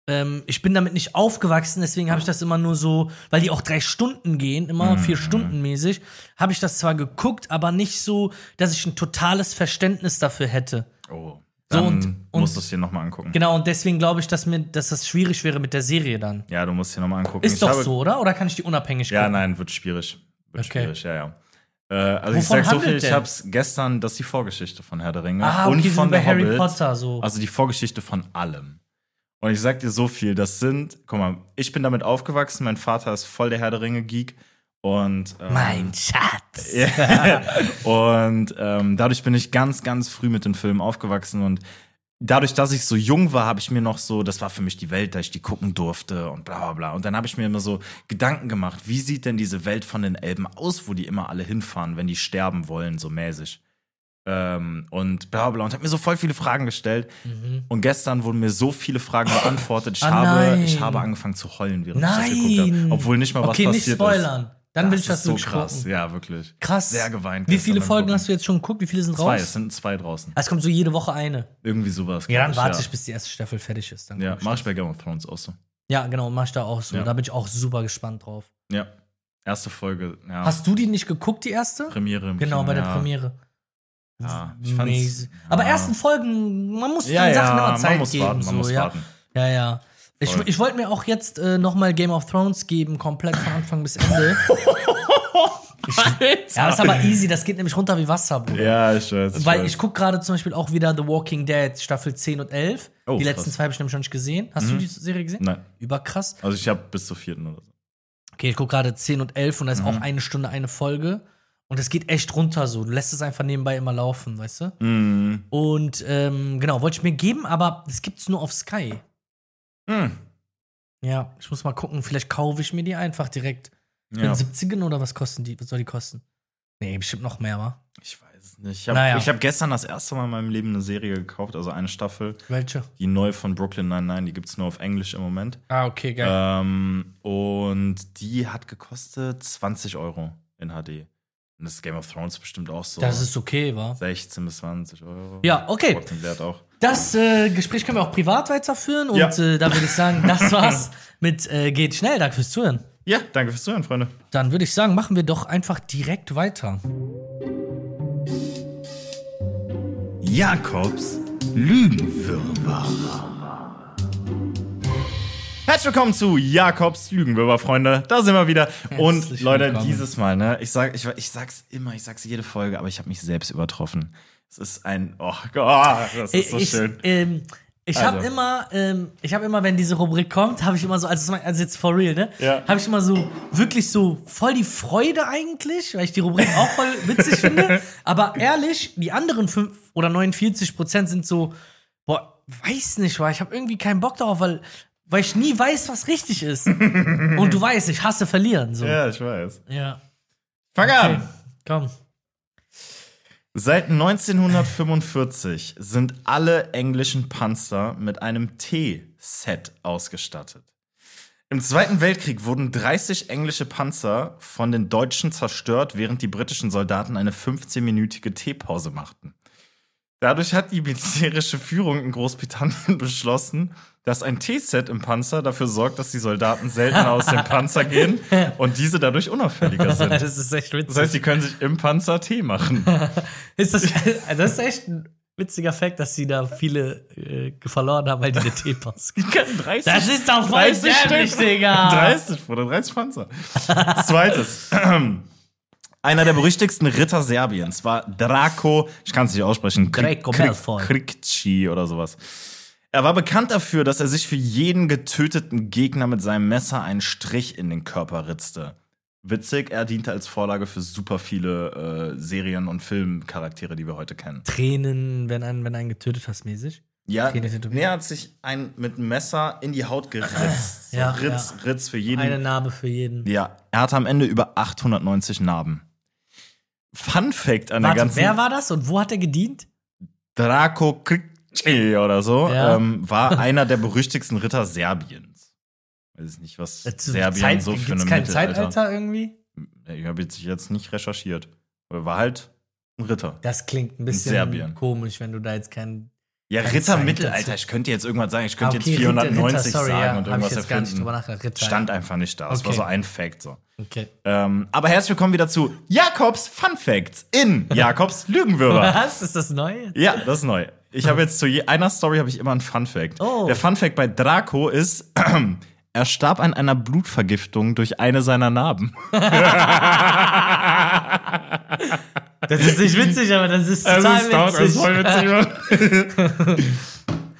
ähm, ich bin damit nicht aufgewachsen, deswegen habe ich das immer nur so, weil die auch drei Stunden gehen,
Mhm,
immer vier Stunden mäßig, habe ich das zwar geguckt, aber nicht so, dass ich ein totales Verständnis dafür hätte.
Oh.
So,
Dann
und- und-
musst du es dir nochmal angucken.
Genau, und deswegen glaube ich, dass, mir, dass das schwierig wäre mit der Serie dann.
Ja, du musst es dir nochmal angucken.
Ist
Ich
doch
habe-
so, oder? Oder kann ich die unabhängig
Ja,
gucken?
nein, wird schwierig. Wird
Okay.
schwierig, ja, ja. Äh, also ich
Wovon
sag so
handelt
viel, ich
denn?
hab's gestern, das ist die Vorgeschichte von Herr der Ringe
Ah, okay,
und
so
von
wie bei
der
Harry
Hobbit.
Potter so.
Also die Vorgeschichte von allem. Und ich sag dir so viel, das sind, guck mal, ich bin damit aufgewachsen, mein Vater ist voll der Herr der Ringe Geek und ähm,
Mein Schatz.
und ähm, dadurch bin ich ganz, ganz früh mit den Filmen aufgewachsen und dadurch, dass ich so jung war, habe ich mir noch so, das war für mich die Welt, da ich die gucken durfte und bla bla bla. Und dann habe ich mir immer so Gedanken gemacht, wie sieht denn diese Welt von den Elben aus, wo die immer alle hinfahren, wenn die sterben wollen, so mäßig. Ähm, und bla bla und habe mir so voll viele Fragen gestellt.
Mhm.
Und gestern wurden mir so viele Fragen beantwortet. Ich,
Ah,
habe,
nein.
ich habe angefangen zu heulen, während ich das geguckt
Nein.
habe. Obwohl nicht mal was
okay,
passiert
nicht spoilern.
ist.
Dann will ich
ist
das
so
wirklich
krass.
gucken.
Ja, wirklich.
Krass.
Sehr geweint.
Wie
gestern
viele
beim
Folgen
Gucken.
hast du jetzt schon geguckt? Wie viele sind
Zwei,
raus?
es sind zwei draußen.
Ah, Es kommt so jede Woche eine.
Irgendwie sowas.
Ja, dann
glaub
warte ich,
ja.
bis die erste Staffel fertig ist. Dann
Ja,
guck ich
mach
das.
ich bei Game of Thrones auch so.
ja, genau, mach ich da auch so.
Ja.
Da bin ich auch super gespannt drauf.
Ja. Erste Folge, ja.
Hast du die nicht geguckt, die erste?
Premiere im
Genau,
Kino,
bei der
ja.
Premiere.
Ja, ich fand's-
Mäßig. Aber
ja.
ersten Folgen, man muss
Ja,
den Sachen
ja,
immer Zeit
man muss
geben.
warten, man
so,
muss
ja.
warten.
Ja, ja. Ich,
Voll.
ich wollte mir auch jetzt äh, nochmal Game of Thrones geben, komplett von Anfang
[laughs]
bis Ende. ich, ja, ist aber easy, das geht nämlich runter wie Wasser, Bruder.
Ja, ich weiß. Ich
Weil
weiß.
ich gucke gerade zum Beispiel auch wieder The Walking Dead, Staffel 10 und 11.
Oh,
die letzten
krass. Mhm.
zwei habe ich nämlich noch nicht gesehen. Hast du die Serie gesehen?
Nein.
Überkrass.
Also ich habe bis zur vierten oder so.
Okay, ich gucke gerade 10 und 11 und da ist auch eine Stunde eine Folge. Und es geht echt runter so. Du lässt es einfach nebenbei immer laufen, weißt du? Hm.
Mhm.
Und ähm, genau, wollte ich mir geben, aber das gibt's nur auf Sky.
Mhm.
Ja, ich muss mal gucken, vielleicht kaufe ich mir die einfach direkt. Mit
Ja.
70 oder was kosten die? Was soll die kosten? Nee, bestimmt noch mehr, wa?
Ich weiß es nicht. Ich habe
Naja.
hab gestern das erste Mal in meinem Leben eine Serie gekauft, also eine Staffel,
Welche?
die neu von Brooklyn Nine-Nine, die gibt es nur auf Englisch im Moment.
Ah, okay, geil.
Ähm, und die hat gekostet 20 Euro in HD. Und das ist Game of Thrones bestimmt auch so.
das ist okay, wa?
16 bis 20 Euro.
Ja, okay.
Walking Dead auch.
Das äh, Gespräch können wir auch privat weiterführen und
Ja.
äh, da würde ich sagen, [laughs] das war's mit äh, Geht schnell. Danke fürs Zuhören.
Ja, danke fürs Zuhören, Freunde.
Dann würde ich sagen, machen wir doch einfach direkt weiter.
Jakobs Lügenwirrwarr. Herzlich willkommen zu Jakobs Lügenwirrwarr, Freunde. Da sind wir wieder. Und Leute,
willkommen.
dieses Mal, ne? Ich, sag, ich, ich sag's immer, ich sag's jede Folge, aber ich habe mich selbst übertroffen. Es ist ein. Oh Gott, das ist so
ich,
schön.
Ähm, ich habe
Also.
immer, ähm, ich habe immer, wenn diese Rubrik kommt, habe ich immer so, also, das mein- also jetzt for real, ne?
Ja.
Habe ich immer so wirklich so voll die Freude eigentlich, weil ich die Rubrik auch voll witzig finde.
[laughs]
Aber ehrlich, die anderen 5 oder 49 Prozent sind so, boah, weiß nicht, weil ich habe irgendwie keinen Bock darauf, weil, weil ich nie weiß, was richtig
[laughs]
ist. Und du weißt, ich hasse verlieren. So.
Ja, ich weiß.
ja.
Fang
Okay,
an!
komm.
Seit 1945 sind alle englischen Panzer mit einem T-Set ausgestattet. Im Zweiten Weltkrieg wurden 30 englische Panzer von den Deutschen zerstört, während die britischen Soldaten eine 15-minütige Teepause machten. Dadurch hat die militärische Führung in Großbritannien [laughs] beschlossen, dass ein T-Set im Panzer dafür sorgt, dass die Soldaten seltener aus dem Panzer gehen und diese dadurch unauffälliger sind.
[laughs] Das ist echt witzig.
Das heißt, die können sich im Panzer Tee machen.
Ist das, also das ist echt ein witziger Fact, dass sie da viele äh, verloren haben, weil die eine [laughs] Teepass.
30
Das ist doch voll
30 Stück.
dämlich, Digga.
30, Bruder, 30 Panzer. Zweites. [clears throat] Einer der berüchtigsten Ritter Serbiens war Draco, ich kann es nicht aussprechen, Kri-
Draco
Kri-
Malfoy.
Krikci oder sowas. Er war bekannt dafür, dass er sich für jeden getöteten Gegner mit seinem Messer einen Strich in den Körper ritzte. Witzig, er diente als Vorlage für super viele äh, Serien- und Filmcharaktere, die wir heute kennen.
Tränen, wenn einen, wenn einen getötet hast, mäßig.
Ja,
Träne tätowiert.
nee, er hat sich ein mit einem Messer in die Haut geritzt. So
Ja,
Ritz, Ritz für jeden.
Eine Narbe für jeden.
Ja, er hatte am Ende über 890 Narben. Fun Fact an der
Warte,
ganzen
wer war das und wo hat er gedient?
Draco Krikci oder so
Ja.
ähm,
[laughs]
war einer der berüchtigsten Ritter Serbiens. Weiß ich nicht, was
Äh, zu
Serbien
Zeit-
so für
gibt's
eine
kein
Mittelalter.
Zeitalter irgendwie?
Ich habe jetzt, jetzt nicht recherchiert. Aber war halt ein Ritter.
Das klingt ein bisschen
Serbien.
komisch, wenn du da jetzt keinen
Ja,
Kann
Ritter
sein,
Mittelalter.
dazu.
Ich könnte jetzt irgendwas sagen. Ich könnte
Ah, Okay,
jetzt
Ritter,
490
Ritter, sorry,
sagen
ja,
und
hab
irgendwas
ich jetzt gar nicht
erfinden.
drüber nachgedacht. Ritter,
Stand einfach nicht da. Es war
Okay.
so ein Fact so.
Okay.
Ähm, aber herzlich willkommen wieder zu Jakobs Fun Facts in Jakobs
[laughs]
Lügenwürber.
Was? Ist das neu?
ja, das ist neu. Ich habe jetzt zu je einer Story habe ich immer einen Fun Fact.
Oh.
Der Fun Fact bei Draco ist, [clears throat] er starb an einer Blutvergiftung durch eine seiner Narben.
Das ist nicht witzig, aber das ist total witzig.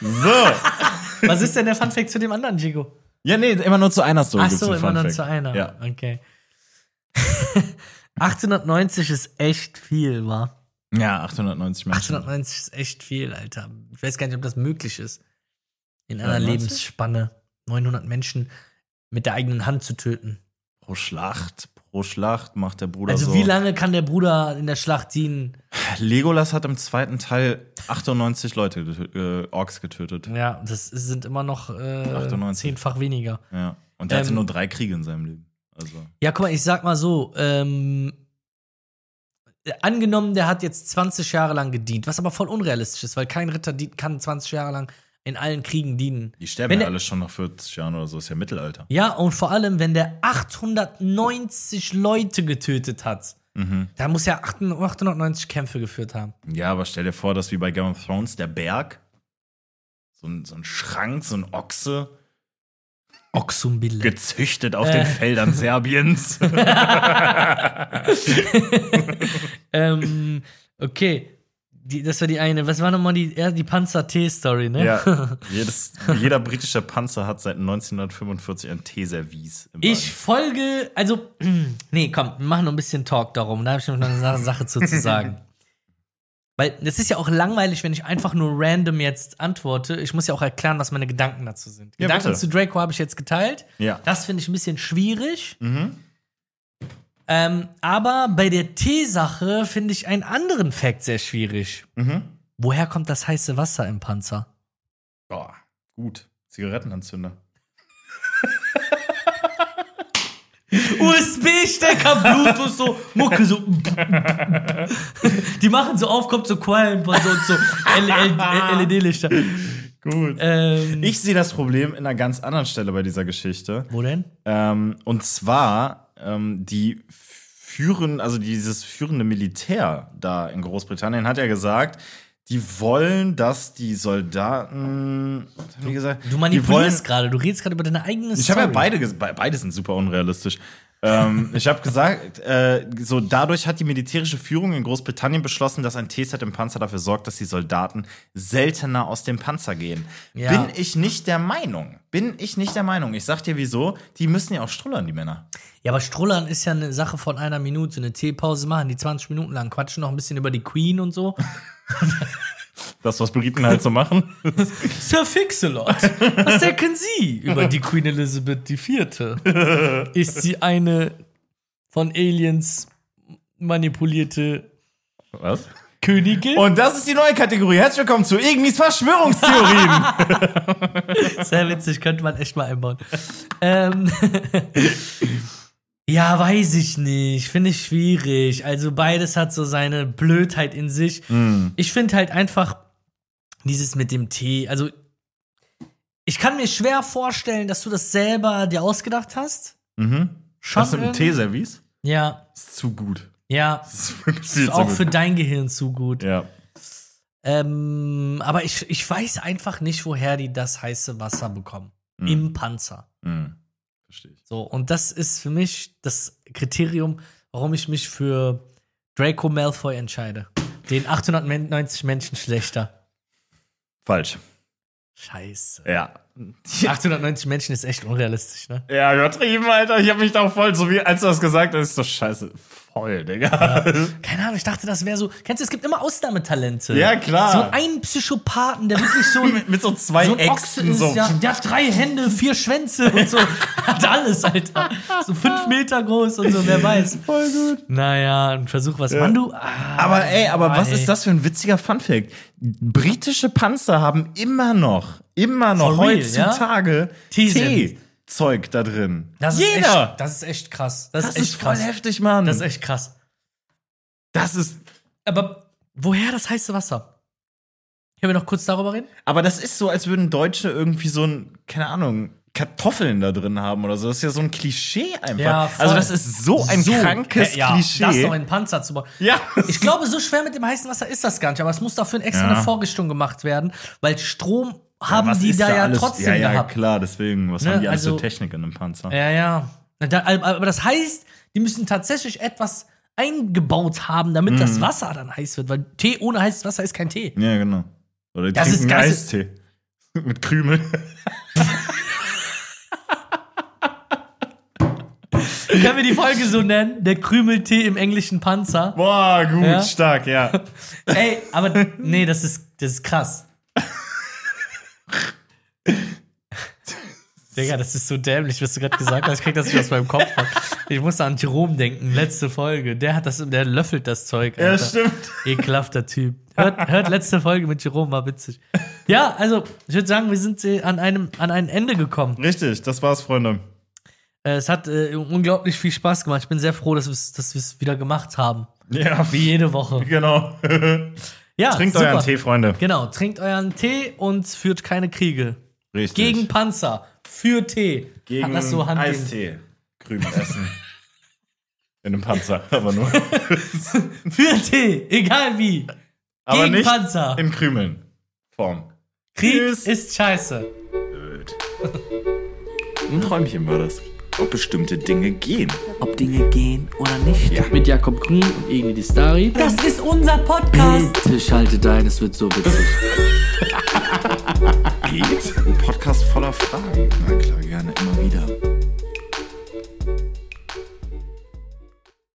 so.
Was ist denn der Funfact zu dem anderen, Jigo?
Ja, nee, immer nur zu einer Story.
Ach
gibt's
so,
einen
immer
Fun
nur
Fact.
zu einer.
Ja.
Okay. [laughs] 1890 ist echt viel, war.
ja, 890 Menschen.
1890 ist echt viel, Alter. Ich weiß gar nicht, ob das möglich ist. In einer
99?
Lebensspanne 900 Menschen mit der eigenen Hand zu töten.
Pro Schlacht, pro Schlacht macht der Bruder
Also
so.
wie lange kann der Bruder in der Schlacht dienen?
Legolas hat im zweiten Teil 98 Leute, getö- äh, Orks getötet.
Ja, das sind immer noch äh,
98.
zehnfach weniger.
Ja. Und der hatte
Ähm,
nur drei Kriege in seinem Leben. Also.
Ja, guck mal, ich sag mal so, ähm, äh, angenommen, der hat jetzt 20 Jahre lang gedient, was aber voll unrealistisch ist, weil kein Ritter dient, kann 20 Jahre lang in allen Kriegen dienen.
Die sterben
wenn
ja
der-
alle schon nach 40 Jahren oder so, ist ja Mittelalter.
Ja, und vor allem, wenn der 890 Leute getötet hat,
Mhm.
da muss er 800 890 Kämpfe geführt haben.
Ja, aber stell dir vor, dass wie bei Game of Thrones der Berg, so ein, so ein Schrank, so ein Ochse,
Oxumbille.
gezüchtet auf
Äh.
den
[laughs]
Feldern Serbiens.
ähm, okay, die, das war die eine. Was war nochmal die, ja, die Panzer-T-Story, ne?
ja, jedes, jeder britische Panzer hat seit 1945 ein T-Service. im
Ich folge, also, [clears throat] nee, komm, wir machen noch ein bisschen Talk darum. Da habe ich noch eine Sache, Sache zu,
[laughs]
zu sagen. Weil das ist ja auch langweilig, wenn ich einfach nur random jetzt antworte. Ich muss ja auch erklären, was meine Gedanken dazu sind.
Ja,
Gedanken
bitte.
zu Draco habe ich jetzt geteilt.
Ja. Mhm.
Das finde ich ein bisschen schwierig. Ähm, aber bei der T-Sache finde ich einen anderen Fact sehr schwierig.
Mhm.
Woher kommt das heiße Wasser im Panzer?
Boah, gut. Zigarettenanzünder.
USB-Stecker, Bluetooth, so, Mucke, so. Die machen so auf, kommt so Qualm von so und so. LED-Lichter.
Gut.
E Ähm,
Ich sehe das Problem in einer ganz anderen Stelle bei dieser Geschichte.
wo denn?
Ähm, und zwar ähm, die führen, also dieses führende Militär da in Großbritannien hat ja gesagt, die wollen, dass die Soldaten, was haben die gesagt?
Du
Die wollen-
manipulierst gerade, du redest gerade über deine eigene
Ich habe ja
Story.
beide gesagt, beide sind super unrealistisch. ähm, ich habe gesagt, äh, so dadurch hat die militärische Führung in Großbritannien beschlossen, dass ein T-Set im Panzer dafür sorgt, dass die Soldaten seltener aus dem Panzer gehen.
Ja.
Bin ich nicht der Meinung. Bin ich nicht der Meinung. Ich sag dir wieso, die müssen ja auch strullern, die Männer.
Ja, aber Strullern ist ja eine Sache von einer Minute, eine Teepause machen, die 20 Minuten lang quatschen, noch ein bisschen über die Queen und so.
Das, was Briten halt so [laughs] machen.
Sir Fixelot, was denken Sie über die Queen Elizabeth IV.? Ist sie eine von Aliens manipulierte
Was?
Königin?
Und das ist die neue Kategorie. Herzlich willkommen zu Ignis [laughs] Verschwörungstheorien.
Sehr witzig, könnte man echt mal einbauen. ähm, [laughs] ja, weiß ich nicht. Finde ich schwierig. Also beides hat so seine Blödheit in sich.
Mhm.
Ich finde halt einfach dieses mit dem Tee. Also ich kann mir schwer vorstellen, dass du das selber dir ausgedacht hast.
mhm.
Schon.
Das mit dem
irgendwie?
T-Service
Ja,
ist zu gut.
ja.
Das ist wirklich
Ist
viel
auch
zu
für
gut.
dein Gehirn zu gut.
Ja.
Ähm, aber ich, ich weiß einfach nicht, woher die das heiße Wasser bekommen.
Hm.
Im Panzer.
Mhm. Verstehe ich.
So, und das ist für mich das Kriterium, warum ich mich für Draco Malfoy entscheide. Den 890 Menschen schlechter.
Falsch.
Scheiße.
[laughs] Ja.
890 Menschen ist echt unrealistisch, ne?
Ja, übertrieben, Alter. Ich habe mich da auch voll, so wie als du das gesagt hast, ist so scheiße. Voll, Digga.
Keine Ahnung, ich dachte, das wäre so. Kennst du, es gibt immer Ausnahmetalente.
Ja, klar.
So einen Psychopathen, der wirklich so ein.
mit so zwei
So ein Ochse ist, ja, der hat drei Hände, vier Schwänze und so. [laughs] hat alles, Alter. So fünf Meter groß und so, wer weiß.
Voll gut.
Naja, ein Versuch, was man du. Ah,
Aber ey, aber was
ey.
ist das für ein witziger Funfact? Britische Panzer haben immer noch, immer noch
For real,
heutzutage
Tee sind.
Tee-Zeug da drin.
Das ist
Jeder!
echt, das ist echt krass. Das,
das
ist echt
ist voll
krass.
heftig, Mann.
Das ist echt krass.
das ist
Aber woher das heiße Wasser? Können wir noch kurz darüber reden?
Aber das ist so, als würden Deutsche irgendwie so ein, keine Ahnung, Kartoffeln da drin haben oder so. Das ist ja so ein Klischee einfach.
Ja, voll.
also das ist so ein krankes
Äh, ja,
Klischee.
Das noch in den Panzer zu bauen.
ja.
Ich glaube, so schwer mit dem heißen Wasser ist das gar nicht, aber es muss dafür extra
Ja.
eine Vorrichtung gemacht werden, weil Strom haben
Was
die
ist
da ja
alles?
trotzdem
Ja, ja,
gehabt.
klar, deswegen. Was
Ne,
haben die alles
also-
für Technik in einem Panzer?
Ja, ja. Na, da- Aber das heißt, die müssen tatsächlich etwas eingebaut haben, damit
Mhm.
das Wasser dann heiß wird, weil Tee ohne heißes Wasser ist kein Tee.
Ja, genau. Oder die
Das ist
trinken
geil.
Eistee. [laughs] Mit Krümel.
Können wir die Folge so nennen? Der Krümeltee im englischen Panzer.
Boah, gut,
Ja.
stark, [laughs] ja.
Ey, aber nee, das ist, das ist krass. Digga, das ist so dämlich, was du gerade gesagt hast. Ich krieg das nicht aus meinem Kopf. Ich muss an Jerome denken, letzte Folge. Der hat das, der löffelt das Zeug. Alter.
Ja, stimmt.
Ekelhafter Typ. Hört, hört letzte Folge mit Jerome, war witzig. Ja, also, ich würde sagen, wir sind äh, an einem, an ein Ende gekommen.
Richtig, das war's, Freunde.
Äh, Es hat äh, unglaublich viel Spaß gemacht. Ich bin sehr froh, dass wir es dass wir's wieder gemacht haben.
Ja,
Wie jede Woche. [laughs]
Genau.
Ja,
Trinkt
super.
euren Tee, Freunde.
Genau, trinkt euren Tee und führt keine Kriege.
Richtig.
Gegen Panzer, für Tee.
Gegen
das so Hand-
Eistee. Krümel
[laughs]
essen. In einem Panzer, aber nur.
Für Tee, egal wie.
aber
Gegen
nicht
Panzer.
in Krümeln. Form.
Krieg
Tschüss.
ist scheiße.
Ein Träumchen war das. Ob bestimmte Dinge gehen.
Ob Dinge gehen oder nicht.
Mit Jakob Grün und Egni Distari.
Das ist unser Podcast.
Bitte schaltet ein, es wird so witzig.
Geht? Ein Podcast voller Fragen. Na klar, gerne immer wieder.